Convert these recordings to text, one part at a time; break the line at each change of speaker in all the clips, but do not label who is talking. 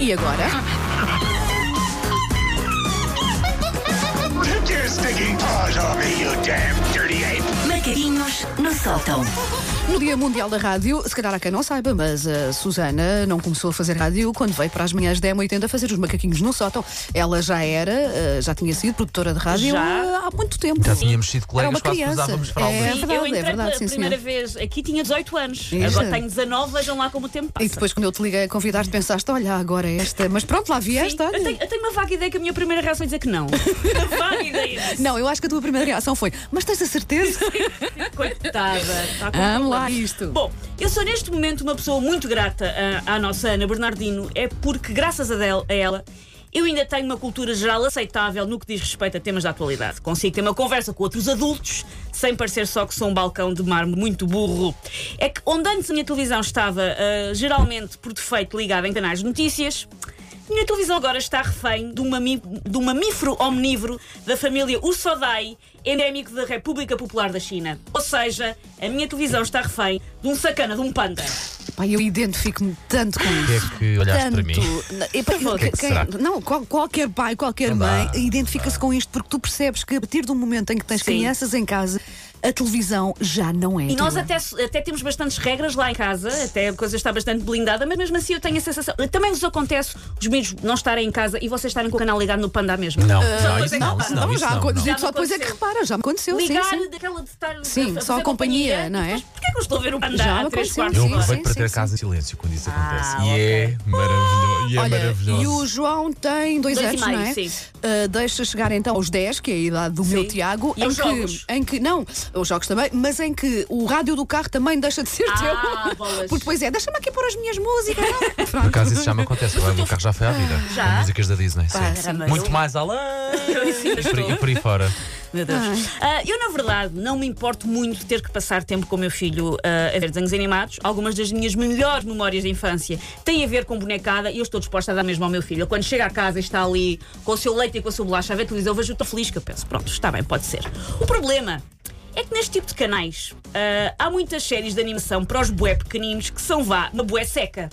E agora?
Take your stinking paws off me, you damn dirty ape!
Macaquinhos no sótão.
No Dia Mundial da Rádio, se calhar há quem não saiba, mas a Susana não começou a fazer rádio quando veio para as manhãs da M80 fazer os macaquinhos no sótão. Ela já era, ah, já tinha sido produtora de rádio
Já.
ah, há muito tempo.
Já tínhamos sido
Era uma
colegas, quase que
criança.
usávamos
É
fraldas.
Sim,
verdade,
eu entrei
é verdade, sim, senhor.
pela primeira vez aqui, tinha 18 anos.
Isso.
Agora tenho 19, vejam lá como o tempo passa.
E depois, quando eu te liguei a convidar-te, pensaste: olha, agora é esta. Mas pronto, lá
Sim,
vieste.
eu,
olha.
tenho, eu tenho uma vaga ideia que a minha primeira reação é dizer que não. Uma vaga ideia.
Não, eu acho que a tua primeira reação foi: mas tens a certeza?
Coitada. Está com
Amo
problemas.
lá isto.
Bom, eu sou neste momento uma pessoa muito grata à- à, nossa Ana Bernardino, é porque, graças a, del- a ela, eu ainda tenho uma cultura geral aceitável no que diz respeito a temas da atualidade. Consigo ter uma conversa com outros adultos, sem parecer só que sou um balcão de mármore muito burro. É que onde antes a minha televisão estava ah, geralmente, por defeito, ligada em canais de notícias. a Minha televisão agora está refém de um, mami- de um mamífero omnívoro da família Ursodae, endémico da República Popular da China. Ou seja, a minha televisão está refém de um sacana, de um panda.
Pai, eu identifico-me tanto com
Porquê
isso.
é que olhaste
tanto.
para mim?
Na- e para-
que é que
quem-
será?
não, qual- qualquer pai, qualquer
Não
mãe
dá,
identifica-se com isto porque tu percebes que a partir do momento em que tens
Sim.
crianças em casa, a televisão já não é.
E nós
tua.
até, até temos bastantes regras lá em casa, até a coisa está bastante blindada, mas mesmo assim eu tenho a sensação. Também vos acontece os miúdos não estarem em casa e vocês estarem com o canal ligado no panda mesmo.
Não,
Ah,
não, isso
Não,
não, isso não,
não,
isso
já
não, não.
aconteceu.
Ah, então Já
Só depois é que
aconteceu.
repara, já me aconteceu. sim,
Ligar
sim.
daquela de estar.
Sim,
a
só
fazer
a companhia, não é?
Mas porquê que eu estou a ver o panda
Já
há três
aconteceu,
quartos
sim.
Eu
de hora?
aproveito para
sim,
ter a
sim. Ah,
casa em silêncio quando isso acontece.
ok.
E é maravilhoso. E é
Olha,
maravilhoso.
e o João tem dois,
Dois e
anos,
meio,
não é?
sim.
Ah, deixa chegar então aos 10, que é a idade do meu Tiago,
E
em
aos jogos?
que, em que não, os jogos também, mas em que o rádio do carro também deixa de ser
Ah,
teu.
bolas.
Porque depois é, deixa-me aqui pôr as minhas músicas. não?
Por
Pronto.
acaso isso já me acontece. O meu carro já foi à vida.
Já?
Com músicas da Disney.
Pá,
sim.
caramba,
Muito
eu-
mais além.
Eu assim
E por,
estou.
e por aí fora.
Meu Deus. Ah, eu, na verdade, não me importo muito de ter que passar tempo com o meu filho ah, a ver desenhos animados. Algumas das minhas melhores memórias de infância têm a ver com bonecada e eu estou disposta a dar mesmo ao meu filho. Ele, Quando chega a casa e está ali com o seu leite e com a sua bolacha a ver televisão, eu vejo o feliz que eu penso, pronto, está bem, pode ser. O problema é que neste tipo de canais ah, há muitas séries de animação para os bué pequeninos que são, vá, uma bué seca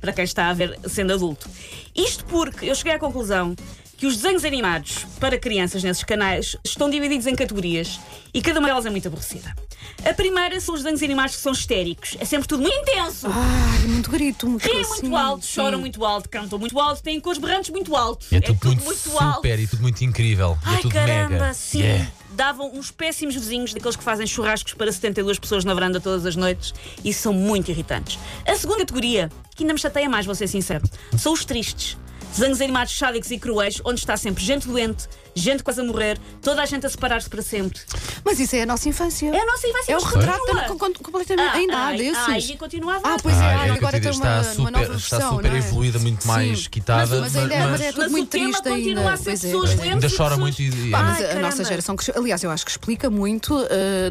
para quem está a ver sendo adulto. Isto porque eu cheguei à conclusão que os desenhos animados para crianças nesses canais estão divididos em categorias e cada uma delas é muito aborrecida. A primeira são os desenhos animados que são histéricos. É sempre tudo muito intenso.
Ai, muito grito, muito
Riem
assim,
muito alto,
Ah, sim.
choram muito alto, cantam muito alto, têm cores berrantes muito alto.
E é tudo, muito,
alto.
super e tudo muito incrível. E é
Ai
tudo
caramba,
mega.
sim.
Yeah. Ah,
Davam uns péssimos vizinhos daqueles que fazem churrascos para 72 pessoas na varanda todas as noites e são muito irritantes. A segunda categoria, que ainda me chateia mais, vou ser sincero, são os tristes. Desenhos animados sádicos e cruéis, onde está sempre gente doente, gente quase a morrer, toda a gente a separar-se para sempre.
Mas isso é a nossa infância.
É a nossa infância,
É o
mas
retrato
continua.
da- com- com- completamente. é
Ah,
ainda há
ai, ai,
desses.
e continua a dar.
Ah, pois é,
Ai,
ai,
é
agora
que eu
tem
digo,
uma,
está
uma nova
super,
versão.
está super
não é?
evoluída, muito
Sim.
mais
Mas,
quitada.
mas ainda é- mas é
Mas
tudo
o
muito
tema
triste
continua
ainda.
a ser
Pois é,
pessoas
pois é.
doentes
ainda
e
chora
pessoas-
muito e. e-
Pá, Ah, mas
Ai,
a
caramba.
nossa geração cresceu. Aliás, eu acho que explica muito eh,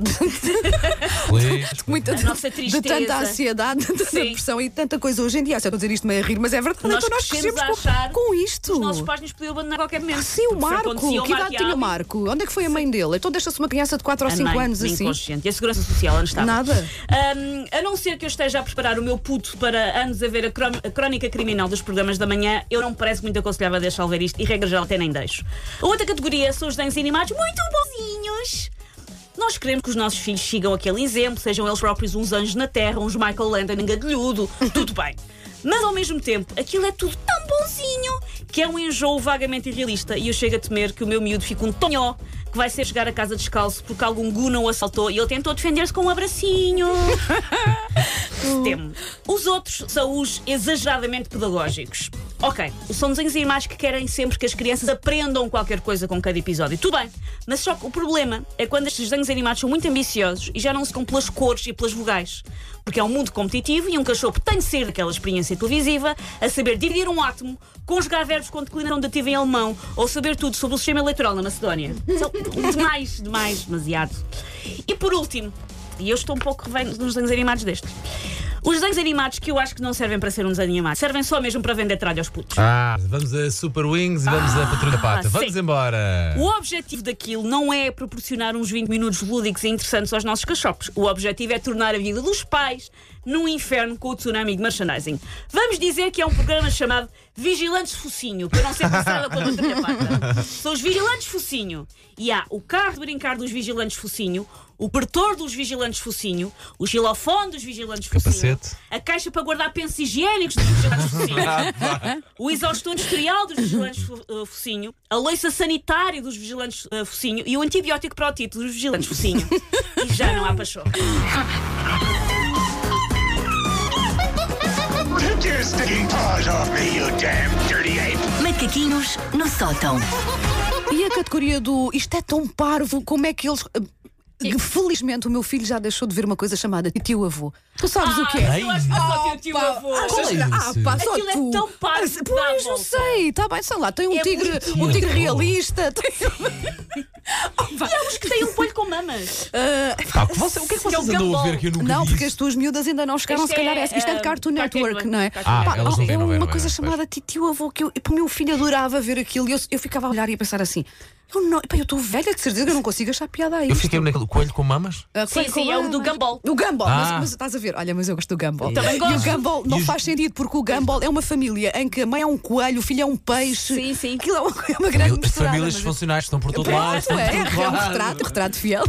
Please.
muita
A nossa
de
tristeza.
tanta ansiedade, de tanta
Sim.
pressão e tanta coisa hoje em dia. Eu Estou a dizer isto meio a rir, mas é verdade.
Nós
então nós
crescemos
crescemos
a
com,
achar
com isto.
Os nossos pais nos podiam abandonar a qualquer momento.
Ah, Sim, o
Porque
Marco.
acontecia o
Que idade tinha o
Alves.
Marco? Onde é que foi a mãe dele? Então deixa-se uma criança de 4 ou
A
5
mãe,
anos
nem
assim.
Inconsciente. E a segurança social, onde estava?
Nada.
Ahm, a não ser que eu esteja a preparar o meu puto para anos a ver a, crom- a crónica criminal dos programas da manhã, eu não me parece muito aconselhável deixar ver isto e regra geral até nem deixo. A outra categoria são os desenhos animados muito bonzinhos. Nós queremos que os nossos filhos sigam aquele exemplo, sejam eles próprios uns anjos na terra, uns Michael Landon engadilhudo, tudo bem. Mas ao mesmo tempo, aquilo é tudo tão bonzinho que é um enjoo vagamente irrealista e eu chego a temer que o meu miúdo fique um tonhó que vai ser chegar a casa descalço porque algum gu não o assaltou e ele tentou defender-se com um abracinho. Temo. Os outros são os exageradamente pedagógicos. Ok, são desenhos e imagens que querem sempre que as crianças aprendam qualquer coisa com cada episódio. Tudo bem, mas só que o problema é quando estes desenhos animados são muito ambiciosos e já não se com pelas cores e pelas vogais. Porque é um mundo competitivo e um cachorro tem de ser daquela experiência televisiva a saber dividir um átomo, conjugar verbos com declinação dativa em alemão ou saber tudo sobre o sistema eleitoral na Macedónia. São demais, demais, demasiado. E por último, e eu estou um pouco revendo nos desenhos animados destes. Os desenhos animados que eu acho que não servem para ser um desenho animado, servem só mesmo para vender tralho aos putos.
Ah, vamos a Super Wings e vamos a
Ah,
Patrulha Pata. Vamos
sim.
embora.
O objetivo daquilo não é proporcionar uns 20 minutos lúdicos e interessantes aos nossos cachorros. O objetivo é tornar a vida dos pais num inferno com o tsunami de merchandising. Vamos dizer que é um programa chamado Vigilantes Focinho, para não ser passada pela outra pata. São os Vigilantes Focinho. E há o carro de brincar dos Vigilantes Focinho, o pertor dos Vigilantes Focinho, o xilofone dos Vigilantes Focinho,
Capacete.
a caixa para guardar pensos higiênicos dos Vigilantes Focinho. é O exaustor industrial dos vigilantes fo- eh, focinho, a loiça sanitária dos vigilantes eh, focinho e o antibiótico para o título dos vigilantes focinho. E já não há pachorra.
Take your stinking paws off me, you damn dirty ape!
Macaquinhos no sótão.
E a categoria do isto é tão parvo, como é que eles. Felizmente o meu filho já deixou de ver uma coisa chamada tio avô. Tu sabes o que é?
Eu acho que só teu tio
Pá,
avô.
ah,
Qual é
será? Ah,
isso?
pá, só
Ah, Aquilo é
tu.
tão parvo que
Ah,
dá a
Pois, não
volta.
sei. Está bem, sei lá. Tem um
É
tigre,
muito
um tigre
bom.
realista. tem-
E há uns que têm um polho com mamas.
Ah,
Pá, que você- o que é que
Que é o
vocês andam a
Gumball.
ver que eu nunca
não,
vi
porque as
isso?
tuas miúdas ainda não chegaram,
Este
se calhar.
é,
a essa. Isto é de
ah,
Cartoon
Cartoon
Network,
Network.
não é?
Ah,
Pá,
elas não vêem,
é
não vêem,
uma
não
coisa
vêem,
chamada tio avô que eu, e para o meu filho adorava ver aquilo. E eu, eu ficava a olhar e a pensar assim: eu não, pá, eu estou velha de certeza que eu não consigo achar piada a
Eu
isto.
fiquei naquele coelho com mamas?
Ah,
Sim,
qual-
sim,
qual
é o do Gumball.
O Gumball,
Ah.
mas, mas estás a ver, olha, mas eu gosto do Gumball.
também
E o
gosto.
Gumball não
E os-
faz sentido, porque o Gumball é uma família em que a mãe é um coelho, o filho é um peixe.
Sim, sim.
Aquilo é uma, é uma grande
As
misturada.
famílias
mas eu-
funcionais estão por todo lado.
Pronto,
estão
é,
por todo
é um
lado.
retrato, retrato fiel.